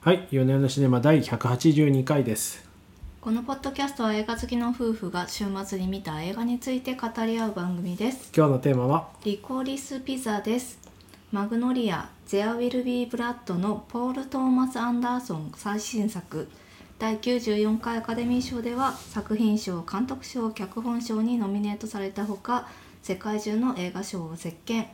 はい、夜な夜なシネマ第182回です。このポッドキャストは映画好きの夫婦が週末に見た映画について語り合う番組です今日のテーマは、リコリスピザですマグノリア「There Will Be Blood」のポール・トーマス・アンダーソン最新作第94回アカデミー賞では作品賞監督賞脚本賞にノミネートされたほか世界中の映画賞を席巻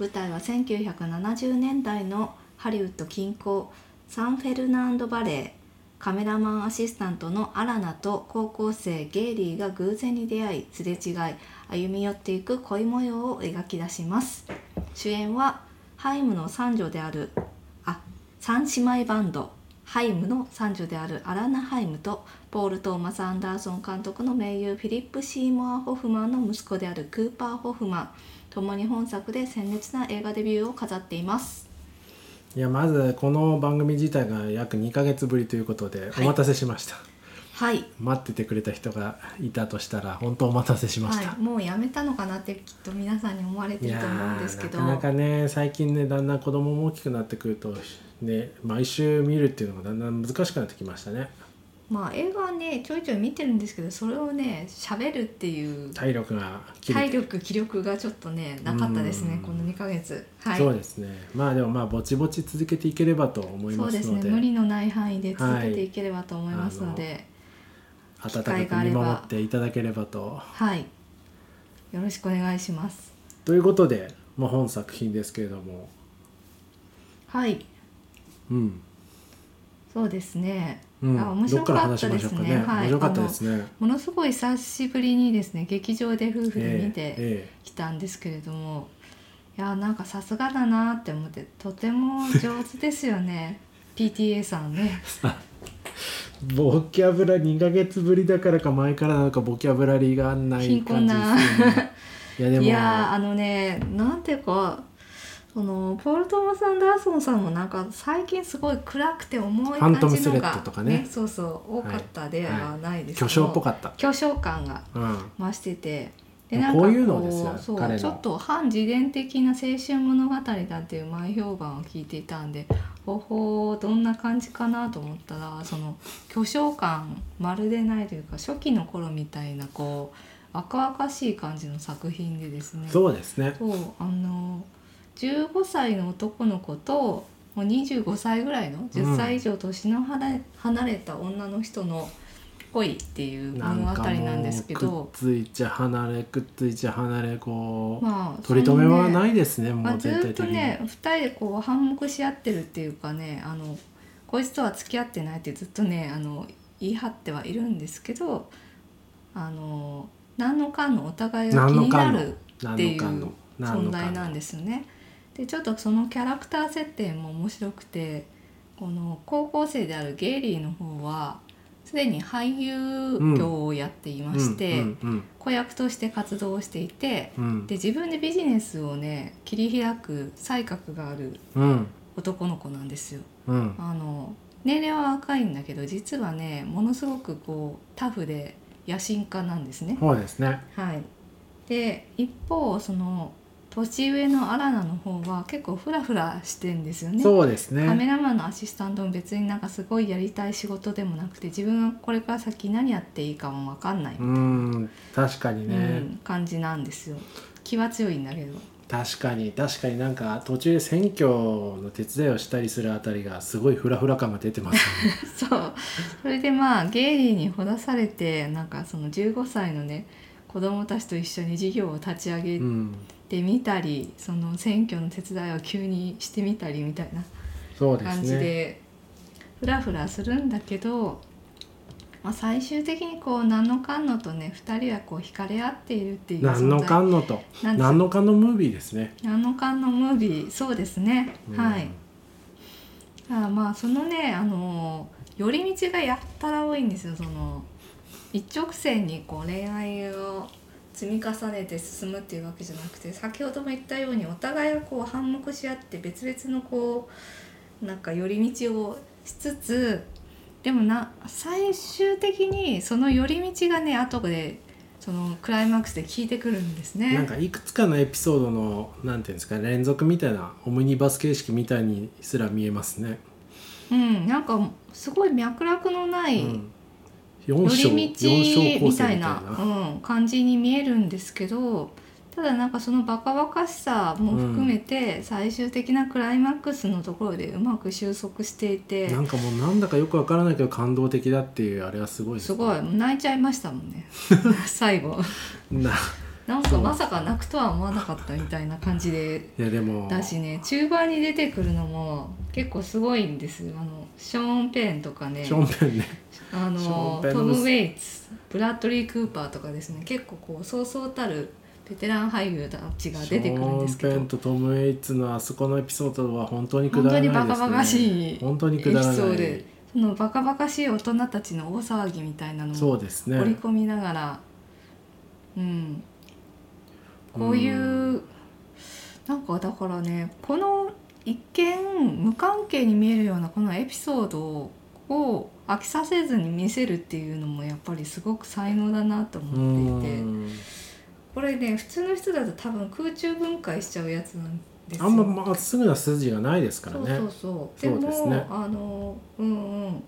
舞台は1970年代のハリウッド近郊サンフェルナンドバレーカメラマンアシスタントのアラナと高校生ゲイリーが偶然に出会いすれ違い歩み寄っていく恋模様を描き出します主演はハイムの三女であるあ三姉妹バンドハイムの三女であるアラナ・ハイムとポール・トーマス・アンダーソン監督の盟友フィリップ・シーモア・ホフマンの息子であるクーパー・ホフマン共に本作で鮮烈な映画デビューを飾っていますいや、まずこの番組自体が約2ヶ月ぶりということで、お待たせしました。はい待っててくれた人がいたとしたら、本当お待たせしました。はい、もうやめたのかなってきっと皆さんに思われているやと思うんですけーどなかなかね最近ねだんだん子供も大きくなってくるとね毎週見るっていうのがだんだん難しくなってきましたねまあ映画はねちょいちょい見てるんですけどそれをね喋るっていう体力が切れ体て、力気力がちょっとねなかったですうねんこの2ヶ月はいそうですねまあでもまあぼちぼち続けていければと思いそまうすですのねで無理のない範囲で続けていければと思いますので温かく見守っていただければと。はい、よろしくお願いしますということで、まあ、本作品ですけれども、はいうんそうですね、うん、あ面ど白っからかっ話したまでしょうすかねねはい面白かったですね。あのものすごい久しぶりにですね劇場で夫婦で見て、えええ来たんですけれどもいやなんかさすがだなって思ってとても上手ですよね PTA さんねえボキャブラ2ヶ月ぶりだからか前からなのかボキャブラリーがない貧困感じなですよね。いやでもいやあのねなんていうかそのポール・トーマス・アンダーソンさんもなんか最近すごい暗くて重ファい感ントムじスレのッドがとかねそうそう多かったではないですけど、巨匠っぽかった。巨匠感がうん増しててでまあなんかこういうのですよそう彼のちょっと反自伝的な青春物語だっていう前評判を聞いていたんでほほーどんな感じかなと思ったらその巨匠感まるでないというか初期の頃みたいなこう若々しい感じの作品でですねそうですね。そうあの15歳の男の子ともう25歳ぐらいの10歳以上年の離れ離れた女の人の恋っていう物語なんですけなんかもうどくっ。ついちゃ離れくっついちゃ離れこう、まあ、取り留めはそのなねいですねもまうあ、ず全体っ的とに。ね2人でこう反目し合ってるっていうかねあのこいつとは付き合ってないってずっとねあの言い張ってはいるんですけどあの何のかんのお互いが気何のにかなんのる何のかのっていう何存のか在なんですよね。でちょっとそのキャラクター設定も面白くてこの高校生であるゲイリーの方はすでに俳優業をやっていまして、うんうん子役として活動をしていて。うんうんで自分でビジネスをね切り開く才覚があるうん男の子なんですよ。うんあの年齢は若いんだけど実はねものすごくこうタフで野心家なんですね。そうですね。はい、で一方その年上のアラナの方は結構フラフラしてんですよね。そうですカね。メラマンのアシスタントも別になんかすごいやりたい仕事でもなくて自分はこれから先何やっていいかも分かんない、うん確かにね、うん感じなんですよ気は強いんだけど確かに確かになんか途中選挙の手伝いをしたりするあたりがすごいフラフラ感が出てますよね。そうそれでまあゲイリーにほだされてなんかその15歳のね子供たちと一緒に事業を立ち上げうん、てみたり、その選挙の手伝いを急にしてみたりみたいなそうで感すじね。でふらふらするんだけど、まあ、最終的にこう何のかんのとね2人はこう惹かれ合っているっていう何のかんのとなんです何のかんのムービーですね。何のかんのムービーそうですね、うんはい。あまあそのねあの寄り道がやったら多いんですよその一直線にこう恋愛を積み重ねて進むっていうわけじゃなくて先ほども言ったようにお互いがこう反目し合って別々のこうなんか寄り道をしつつでもな最終的にその寄り道がね後でそのクライマックスで効いてくるんですね。なんかいくつかのエピソードのなんていうんですか連続みたいなオムニバス形式みたいにすら見えますね。うん、なんかすごい脈絡のない、うん、寄4章り道4章構成みみたたいいななうん、感じに見えるんですけどただなんかそのバカバカしさも含めて、最終的なクライマックスのところでうまく収束していてなんかもうなんだかよくわからないけど感動的だっていうあれはすごいですすねごいもう泣いちゃいましたも んね最後ななんかまさか泣くとは思わなかったみたいな感じでいやでもだしね中盤に出てくるのも結構すごいんですよあのショーン・ペンとかねションペンねあショーのンペントのム・ウェイツブラッドリー・クーパーとかですね結構こうそうそうたるベテラン俳優たちが出てくるんですけショーンペどンとトム・ウェイツのあそこのエピソードは本当にく本だらない当でにすねバカバカしい本当にくだらエピソードでなそのバカバカしい大人たちの大騒ぎみたいなのいもそ織うですりね込みながらうんこういう、うんなんかだからねこの一見無関係に見えるようなこのエピソードを飽きさせずに見せるっていうのもやっぱりすごく才能だなとう思っていてんこれね普通の人だと多分空中分解しちゃうやつなんですよあんままっすぐな筋がないですからそうねそうそうでそうもですねあのうんうん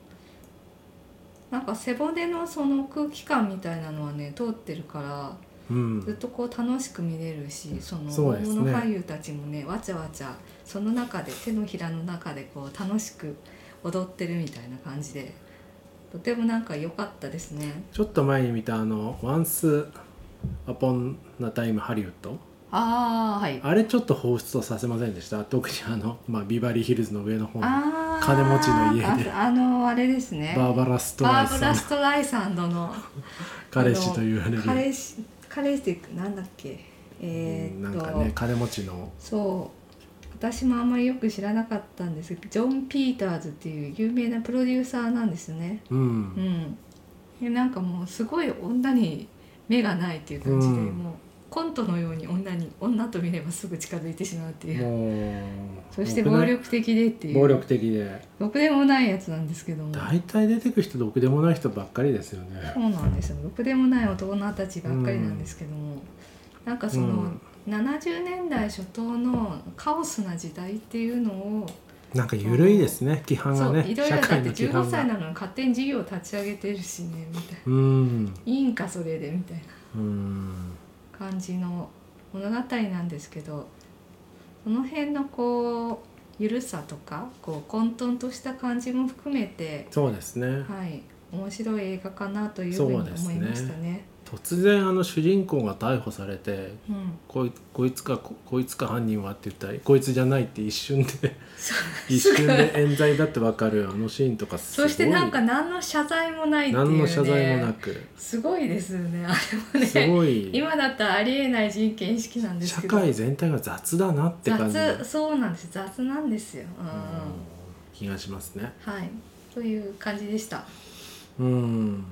なんか背骨のその空気感みたいなのはね通ってるからうずっんとこう楽しく見れるしそのそう大ですね物俳優たちもねわちゃわちゃその中で手のひらの中でこう楽しく踊ってるみたいな感じでとてもなんか良かったですね。ちょっと前に見たあの「Once Upon a Time Hollywood」あーはいあれちょっと彷彿とさせませんでした特にあの、まあ、ビバリーヒルズの上の方のバあー金持ちの家でああのあれですねーバラ・ストラバイースブさラ・んストライサンドの彼氏と言われる彼氏彼氏ってなんだっけえうーんなっんとかね金持ちのそう私もあんまりよく知らなかったんですけどジョン・ピーターズっていう有名なプロデューサーなんですねうん、うんでなんかもうすごい女に目がないっていう感じで、うんもうコントのように女に女と見ればすぐ近づいてしまうっていうもうそして僕ね暴力的でっていう暴力的でろくでもないやつなんですけども大体出てく人どくでもない人ばっかりですよねそうなんですよろくでもない男たちばっかりなんですけども、なんかその、うん70年代初頭のカオスな時代っていうのを、なんか緩いですね規範がそうねいろい社ろだって会の規15範歳がなのに勝手に事業を立ち上げてるしねみたいなうんいいんかそれでみたいなうん感じの物語なんですけどその辺のこうゆるさとかこう混沌とした感じも含めて、そうですねはい、面白い映画かなというふうにそうです思ねいましたね。突然あの主人公が逮捕されてうんこいこいつかここいつか犯人はって言ったらこいつじゃないって一瞬で一瞬 で冤罪だってわかるあのシーンとかすごそいしてなんか何の謝罪もないっていう、ね、何の謝罪もなく、すごいですよねあれもすねごい今だったらありえない人権意識なんです社けど会全体が雑だなって感じの雑そうなんです雑なんですよ、うん気がしますね。はいという感じでしたうん、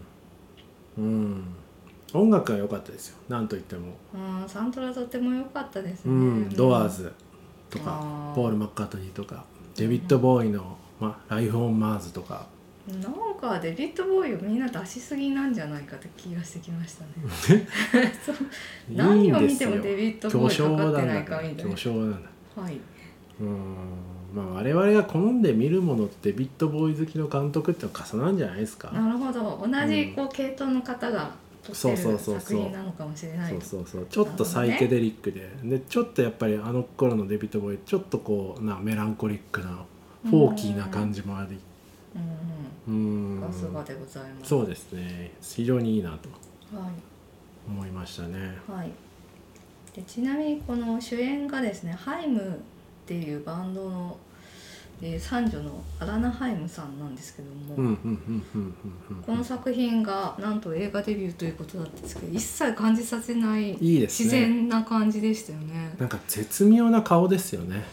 うん、音楽が良かったですよ。なんといっても、うんサントラとても良かったですうね、ん、ドアーズとあかーポールマッカートニーとか、デビッドボーイのまあライフオンマーズとか、なんかデビッド・ボーイをみんな出しすぎなんじゃないかって気がしてきましたねそういい何んをで見すてよ。もデビッド・ボ巨匠ーイかかっなてんなだいか、からみたいな巨匠なんだ。はいうん。まあ我々が好んで見るものってデビッド・ボーイ好きの監督ってのは重なんじゃないですか、なるほど同じこう系統の方が撮そっうてそうるそうそう作品なのかもしれないそうそうそうちょっとサイケデリックで、でちょっとやっぱりあの頃のデビッド・ボーイちょっとこうなメランコリックなフォーキーな感じもありうんううんんさすがでございますそうですね非常にいいなとは思いましたねい、はい、でちなみにこの主演がですねハイムっていうバンドの、えー三女のアラナ・ハイムさんなんですけども、うんうんうんうんうんこうんの作品がなんと映画デビューということだったんですけど一切感じさせないいいです自ね然な感じでしたよねなんか絶妙な顔ですよね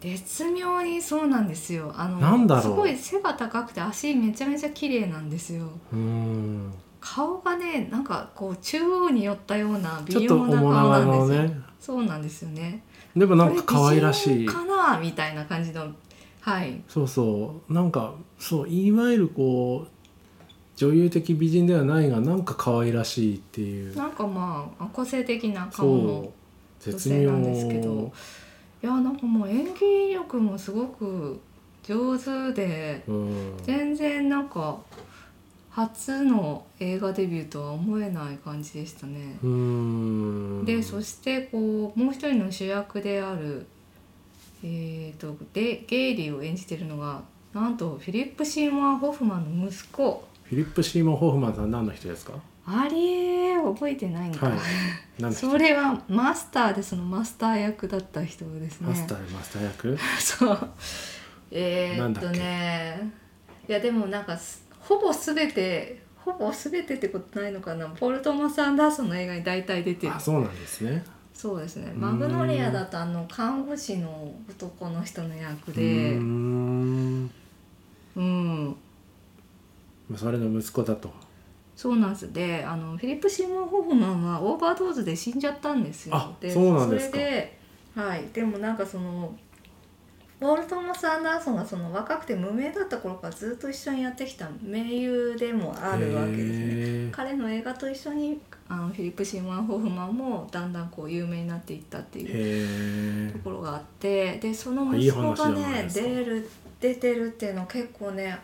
絶妙にそうなんですよあのなんだろうすごい背が高くて足めちゃめちゃ綺麗なんですようん顔がねなんかこう中央に寄ったようなちょ微っと妙な重顔長なんのですよ、ねそうなんですよねでもなんか可愛らしいこれ美人かなみたいな感じのはいそうそうなんかそういわゆるこう女優的美人ではないがなんか可愛らしいっていうなんかまあ個性的な顔のそう女絶性妙なんですけどいやなんかもう演技力もすごく上手でうん全然なんか初の映画デビューとは思えない感じでしたね。うんでそしてこうもう一人の主役である、えー、とでゲイリーを演じてるのがなんとフィリップ・シーマー・ホフマンの息子フィリップ・シーモン・ホフマンさん何の人ですかあれ覚えてないんだ、はい何の人それはマスターでそのマスター役だった人ですねマスターマスター役そうえなーんっだっけとねいやでもなんかすほぼ全てほぼ全てってことないのかなポール・トーマス・アンダーソンの映画に大体出てるあそうなんですねそうですねうーんマグノリアだとあの看護師の男の人の役うでーんうんまあそれの息子だとそうなんですであのフィリップ・シーモン・ホフマンはオーバードーズで死んじゃったんですよあそうなんですかそれで、はい、でもなんかそのウォルト・マス・アンダーソンがその若くて無名だった頃からずっと一緒にやってきた盟友でもあるわけですねね彼の映画と一緒にあのフィリップ・シーモン・ホフマンもだんだんこう有名になっていったっていうへところがあってでそのいい息子話じがゃないねですか出る出てるっていうの結構ね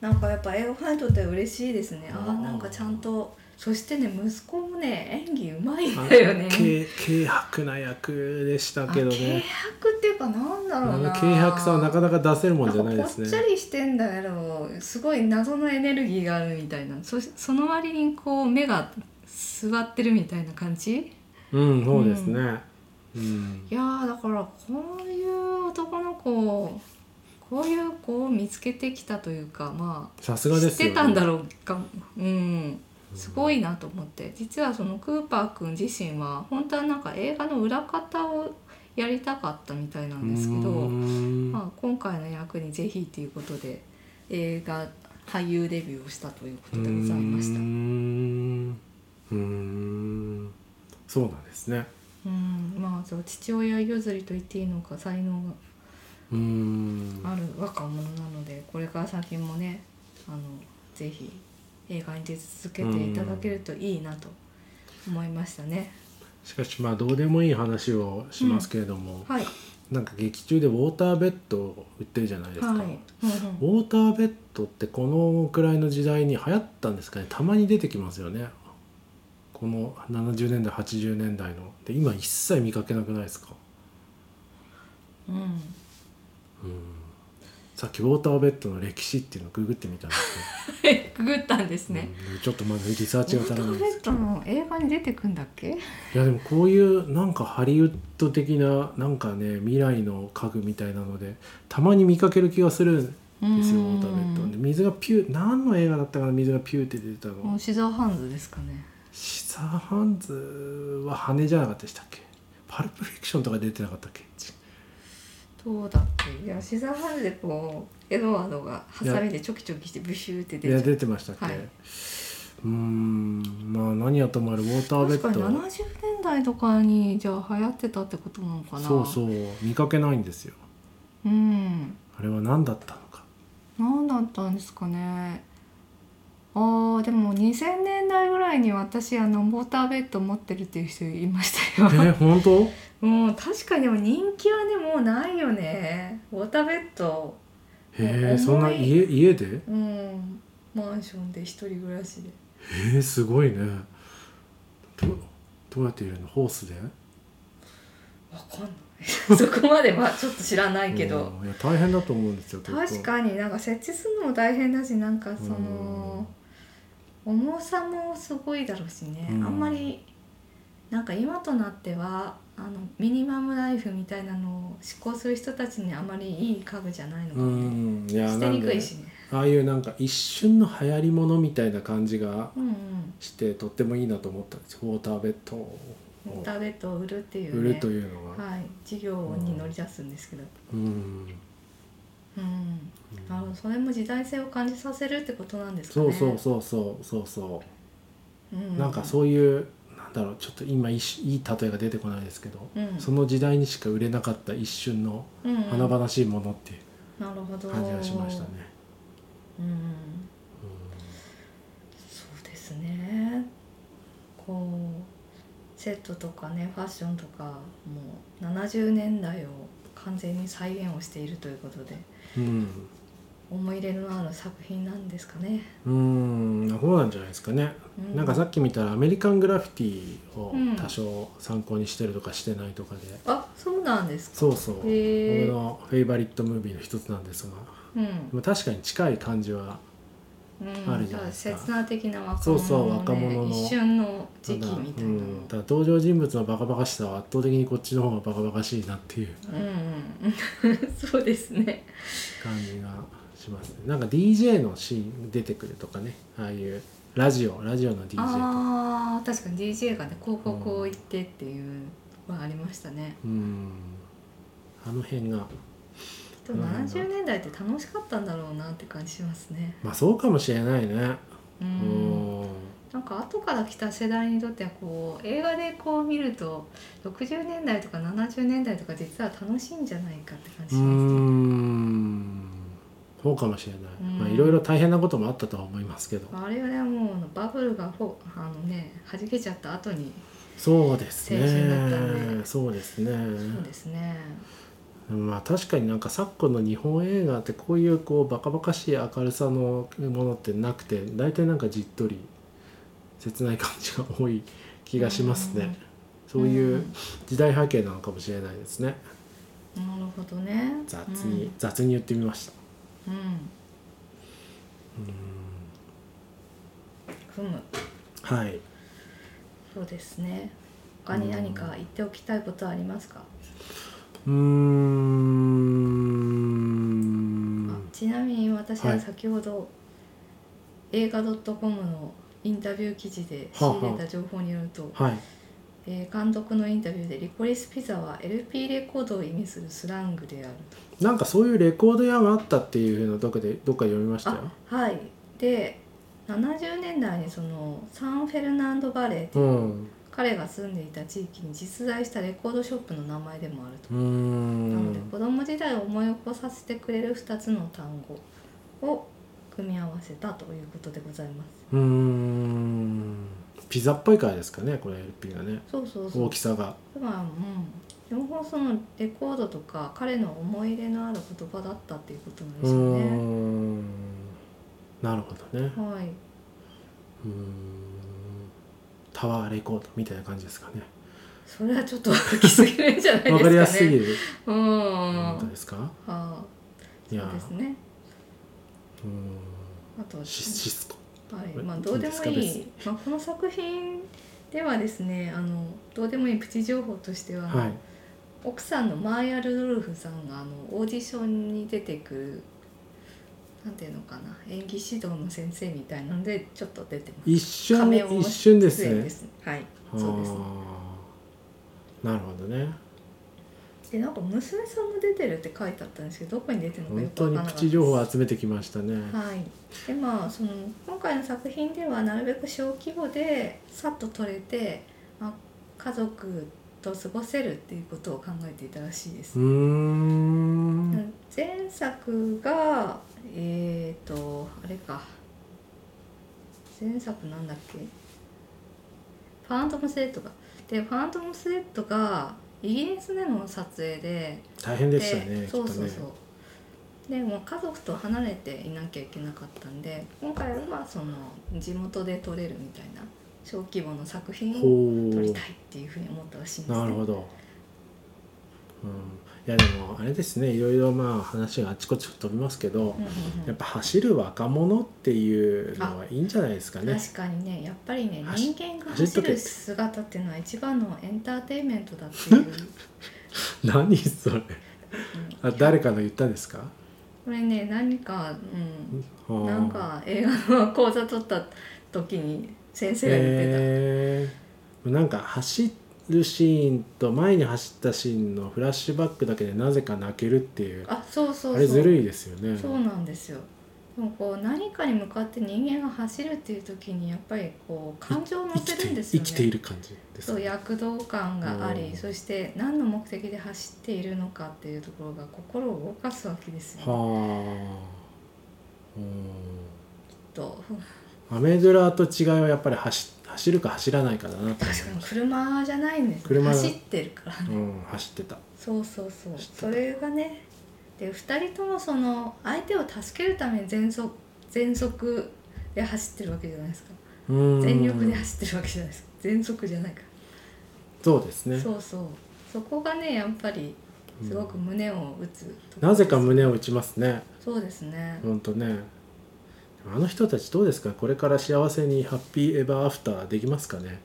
なんかやっぱ映画ファンにとっては嬉しいですねあああーなんかちゃんとそしてね息子もね演技うまいんえ、だよね軽軽薄な役でしたあけど軽薄ねっていうかなんだあろうのな軽薄さはなかなか出せるもんじゃないんかでぽすっちゃねりしてんだけどすごい謎のエネルギーがあるみたいなそその割にこう目が座ってるみたいな感じうんそうですねうんいやーだからこういう男の子をこういう子を見つけてきたというかまさすがあ知でっすよねてたんだろうかうんすごいなと思って実はそのクーパー君自身は本当はなんか映画の裏方をやりたかったみたいなんですけど、うーんまあ、今回の役にぜひということで映画俳優デビューをしたということでございましうたー。んうーんそうなんですねうんまあそう父親譲りと言っていいのか才能がうーんある若者なのでこれから先もねあのぜひ映画に出続けていただけるといいなと思いましたね。しかしまあどうでもいい話をしますけれども、はい、なんか劇中でウォーターベッドを売ってるじゃないですか、はいうんウォーターベッドってこのくらいの時代に流行ったんですかねたまに出てきますよねこの70年代80年代ので今一切見かけなくないですかうんうんさっきウォーターベッドの歴史っていうのをググってみたんですググったんですけど、 ね。うんちょっとまだリサーチオがー足トらないんベですッドの映画に出てくんだっけ？いやでもこういうなんかハリウッド的ななんかね未来の家具みたいなのでたまに見かける気がするんですようんウォーターベッドで水がピュー何の映画だったかな水がピューって出てたのもうシザーハンズですかね。シザーハンズは羽じゃなかったでしたっけパルプフィクションとか出てなかったっけどうだっけいやシザーハンズでこうエドワードがハサミでチョキチョキしてブシューっていや出て出てましたっけ、はいうーんまあ何やともあるウォーターベ確かッに70ド年代とかにじゃあ流行ってたってことなのかなそうそうう見かけないんですようんあれは何だったのか何だったんですかねあーでも2000年代ぐらいに私あのモーターベッド持ってるっていう人いましたえよ本当もう確かにでも人気はねもうないよねウォーターベッドへ重えいそんな家家でうんマンションで一人暮らしでえー、すごいねどどうやって入れるのホースでわかんないそこまではちょっと知らないけど、うんいや大変だと思うんですよ結構確かになんか設置するのも大変だしなんかその、重さもすごいだろうしね、うんあんまりなんか今となってはあのミニマムライフみたいなのを執行する人たちにあまりいい家具じゃないのかうもね、んいや捨てにくいしねなんでああいうなんか一瞬の流行りものみたいな感じがうんうんしてとってもいいなと思ったんですよウォーターベッドをモーターベッドを売るっていう、ね、売るというのが、はい事業に乗り出すんですけど、うんうんなるほどそれも時代性を感じさせるってことなんですかそね、うそうそうそうそうそうん、なんかそういうなんだろうちょっと今いしいい例えが出てこないですけど、うんその時代にしか売れなかった一瞬のうんうん華々しいものっていうなるほど感じがしましたね。うんそうですねこうセットとかねファッションとかもう70年代を完全に再現をしているということでうん思い入れのある作品なんですかね。うんそうなんじゃないですかね、うんなんかさっき見たらアメリカングラフィティをうん多少参考にしてるとかしてないとかで、あ、そうなんですか。そうそう、へー僕のフェイバリットムービーの一つなんですがうんで。も確かに近い感じはうん、あるじゃないですか切な的な若者その、ね、うそう若者の一瞬の時た期だみたいうなのん、ただ登場人物のバカバカしさは圧倒的にこっちの方がバカバカしいなっていううんうん そうですね感じがしますねなんか DJ のシーン出てくるとかねああいうラジオラジオの DJ とかあー確かに DJ がね広告を言ってっていうのはありましたね、うんあの辺がでもうん70年代って楽しかったんだろうなって感じしますねまあそうかもしれないねううんんなんか後から来た世代にとってはこう映画でこう見ると60年代とか70年代とか実は楽しいんじゃないかって感じうしますねんそうかもしれない、うんまあいろいろ大変なこともあったとは思いますけどあれはもうバブルがほあのねはじけちゃった後にそうです青春だったんねでそうですねそうですね。まあ確かになんか昨今の日本映画ってこういうこうバカバカしい明るさのものってなくて大体なんかじっとり切ない感じが多い気がしますね、うんそういう時代背景なのかもしれないですねうん。なるほどね。雑に、雑に言ってみましたうん。うん。うんふむ。はいそうですね。他に何か言っておきたいことはありますか。うーんあちなみに私ははい先ほど、映画ドットコムのインタビュー記事で仕はあはあ入れた情報によると、はいえー監督のインタビューでリコリスピザは LP レコードを意味するスラングであると。なんかそういうレコード屋があったっていうふうなどっかでどっかで読みましたよあ、はい。で、70年代にそのサンフェルナンドバレーうん彼が住んでいた地域に実在したレコードショップの名前でもあると、うーなのでん子供時代を思い起こさせてくれる2つの単語を組み合わせたということでございますうーんピザっぽいからですかねこれ LP がねそうそうそう大きさがまあうん両方そのレコードとか彼の思い入れのある言葉だったっていうことなんでうーしょうねんなるほどねはーいうんタワーレコードみたいな感じですかねそれはちょっと書きすぎるんじゃないですかねわかりやすすぎるうん本は当ですかあいそやうですねうーんあとシシスコはい、えまあどうでいいんですもかい別いに、まあ、この作品ではですねあのどうでもいいプチ情報としては、はい奥さんのマーヤ・ルドルフさんがあのオーディションに出てくるなんていうのかな演技指導の先生みたいなのでちょっと出てます。一瞬一瞬です出演ねですねはいそうですねあーなるほどねでなんか娘さんも出てるって書いてあったんですけどどこに出てるのかよ本く当わにからなかった口情報を集めてきましたね、はい、でまあその今回の作品ではなるべく小規模でさっと撮れて、まあ、家族と過ごせるっていうことを考えていたらしいです。うーん前作がえっ、とあれか前作なんだっけ「ファントムスレッドが」で「ファントムスレッド」がイギリスでの撮影で大変でしたねきっそとうそうねそうでもう家族と離れていなきゃいけなかったんで今回はその地元で撮れるみたいな小規模の作品をほ撮りうたいっていうふうに思ったらしいんですなるほど、うん、いやでもあれですねいろいろまあ話があちこち飛びますけど、うんうんうやんっぱ走る若者っていうのはいいんじゃないですかね確かにねやっぱりね走人間が走っと走ける姿っていうのは一番のエンターテインメントだ っていう何それあ誰かの言ったんですかこれね何か、なうん、なんか映画の講座取った時に先生が言ってた、えーなんか走るシーンと前に走ったシーンのフラッシュバックだけでなぜか泣けるっていうあそうそうそうあれずるいですよねそうなんですよ。でもこう何かに向かって人間が走るっていう時にやっぱりこう感情を乗生きせるんてですよ生ね。きている感じですそうね躍動感があうりんそして何の目的で走っているのかっていうところが心を動かすわけですよ、ね、はあうんとアメドラと違いはやっぱり走走るか走らないかだなって確かに車じゃないんです、ね、車が走ってるからね、うん、走ってたそうそうそう走ってたそれがねで2人ともその相手を助けるために全速全速で走ってるわけじゃないですかうん全力で走ってるわけじゃないですか全速じゃないかそうですら、ねそうそうそこがねやっぱりすごく胸を打つ、なぜか胸を打ちますねそうですね、ほんとねあの人たちどうですかこれから幸せにハッピーエバーアフターできますか ね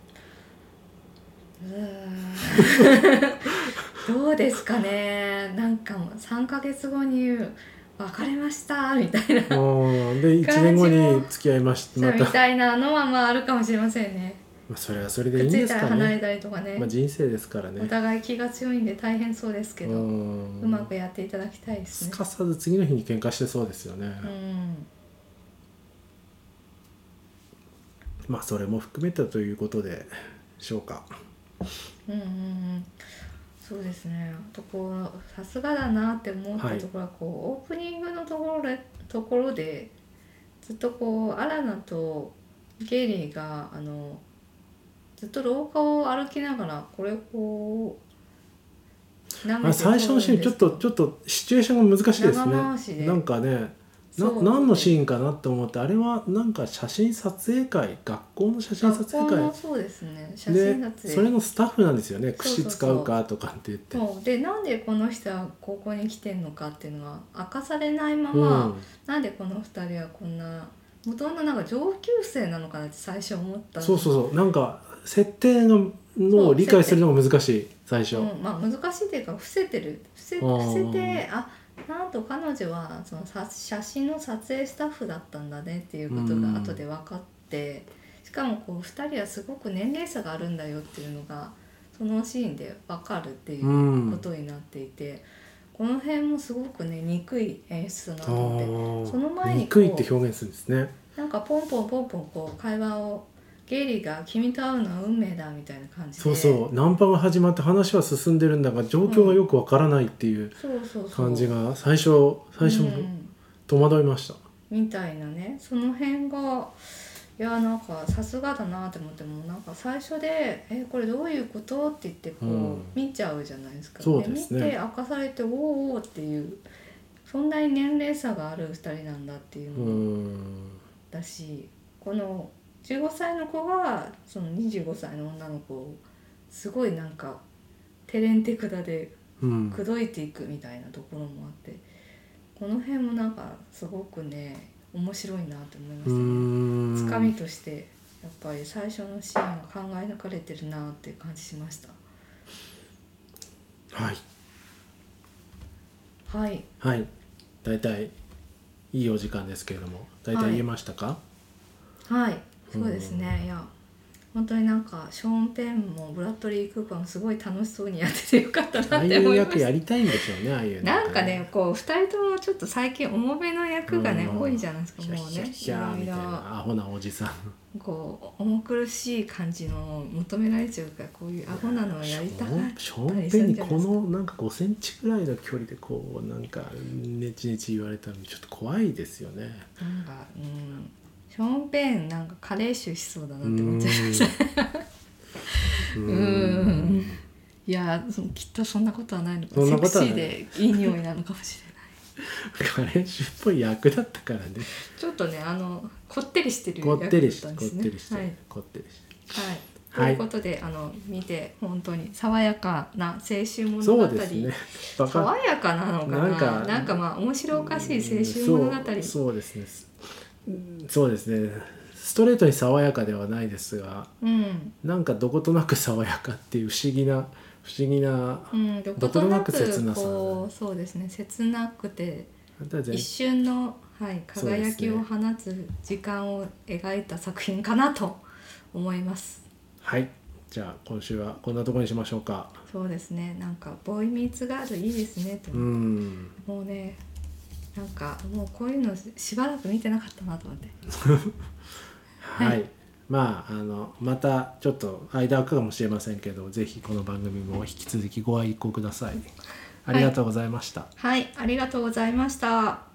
うーん どうですかねなんかもう3ヶ月後に「別れました」みたいなあーで1年後に付き合いましたまみた、またいなのはまああるかもしれませんね。あ、それはそれくでいいっんつですいたらか離れね、たりとかねまあ、人生ですからねお互い気が強いんで大変そうですけど、ううんまくやっていただきたいですすね。かさず次の日に喧嘩してそうですよね、うん、まあそれも含めてということでしょうかうんうんうんそうですねあとこうさすがだなって思ったところはこう、オープニングのところでところでずっとこうアラナとゲイリーがあのずっと廊下を歩きながらこれこう舐めてあ最初のシーンちょっと通るんちょっとシチュエーションが難しいです長回しねでなんかねですなそう何のシーンかなと思ってあれはなんか写真撮影会学校の写真撮学影校の会そうですね写で真撮それ影のスタッフなんですよねそうそう櫛使うかとかって言ってそうでなんでこの人はここに来てんのかっていうのは明かされないまうま、んなんでこの二人はこんな元々なんか上級生なのかなって最初思ったそうそうそうなんか設定ののを理解するのが難しい最初、うんまあ難しいっていうか伏せてる伏せあー伏せてあなんと彼女はそのさ写真の撮影スタッフだったんだねっていうことうんが後で分かってしかもこう二人はすごく年齢差があるんだよっていうのがそのシーンで分かるっていうううんことになっていて、この辺もすごくね憎い演出だなあと思ってーその前にこう憎いって表現するんですねなんかポンポンポンポンこう会話をゲイリーが「君と会うのは運命だ」みたいな感じでそうそうナンパが始まって話は進んでるんだが状況がよくわからないっていうそうそうそう感じが最初最初うん戸惑いました、みたいなねその辺がいやなんかさすがだなって思ってもなんか最初で「えこれどういうこと?」って言ってこう、うん見ちゃうじゃないですか、そうですね見て明かされて「おーおーっていうそんなに年齢差がある2人なんだっていううのがんだしこの15歳の子がその25歳の女の子をすごいなんか手練手管でうん口説いていくみたいなところもあってこの辺もなんかすごくね面白いなと思いまうんしたねつかみとしてやっぱり最初のシーンが考え抜かれてるなっていう感じしましたはいはいはい大体いいお時間ですけれども大体言えましたか、はいそうですねいや本当になんかショーン・ペンもブラッドリー・クーパーもすごい楽しそうにやっててよかったなってああ思いいましたう役やりたいんでしょうねああいうなんかねこう2人ともちょっと最近重めの役がね、うん多いじゃないですかヒャもうヒャねヒャいみたろいいなアホなおじさんろこう重苦しい感じの求められちゃうからこういうアホなのをやりたいショーンペンにこのなんか5センチくらいの距離でこうなんかねちねち言われたのちょっと怖いですよねなんかうんショーン・ペンなんか加齢臭しそうだなうって思っちゃいましたーんうーんいやそのきっとそんなことはないのかそんセなクことシはないーでいい匂いなのかもしれないカレー種っぽい役だったからねちょっとねあのこってりしてるこってりして役だこたんですっねてりして、はいこってりしてはい、はいということであの見て本当に爽やかな青春物語そうです ねバ爽やかなのかなななんんかかまあ面白おかしい青春物語そうそうですねうんそうですねストレートに爽やかではないですがうん、なんかどことなく爽やかっていう不思議な不思議なうん、どことなくこうそうですね切なくてあとは全一瞬の、はい、そうで輝すきねを放つ時間を描いた作品かなと思います。はいじゃあ今週はこんなところにしましょうかそうですねなんか「ボーイ・ミーツ・ガール」いいですねと、うんもうねなんかもうこういうのしばらく見てなかったなと思ってはい、まああのまたちょっと間空くかもしれませんけどぜひこの番組も引き続きご愛顧くださいありがとうございました、はい、ありがとうございました。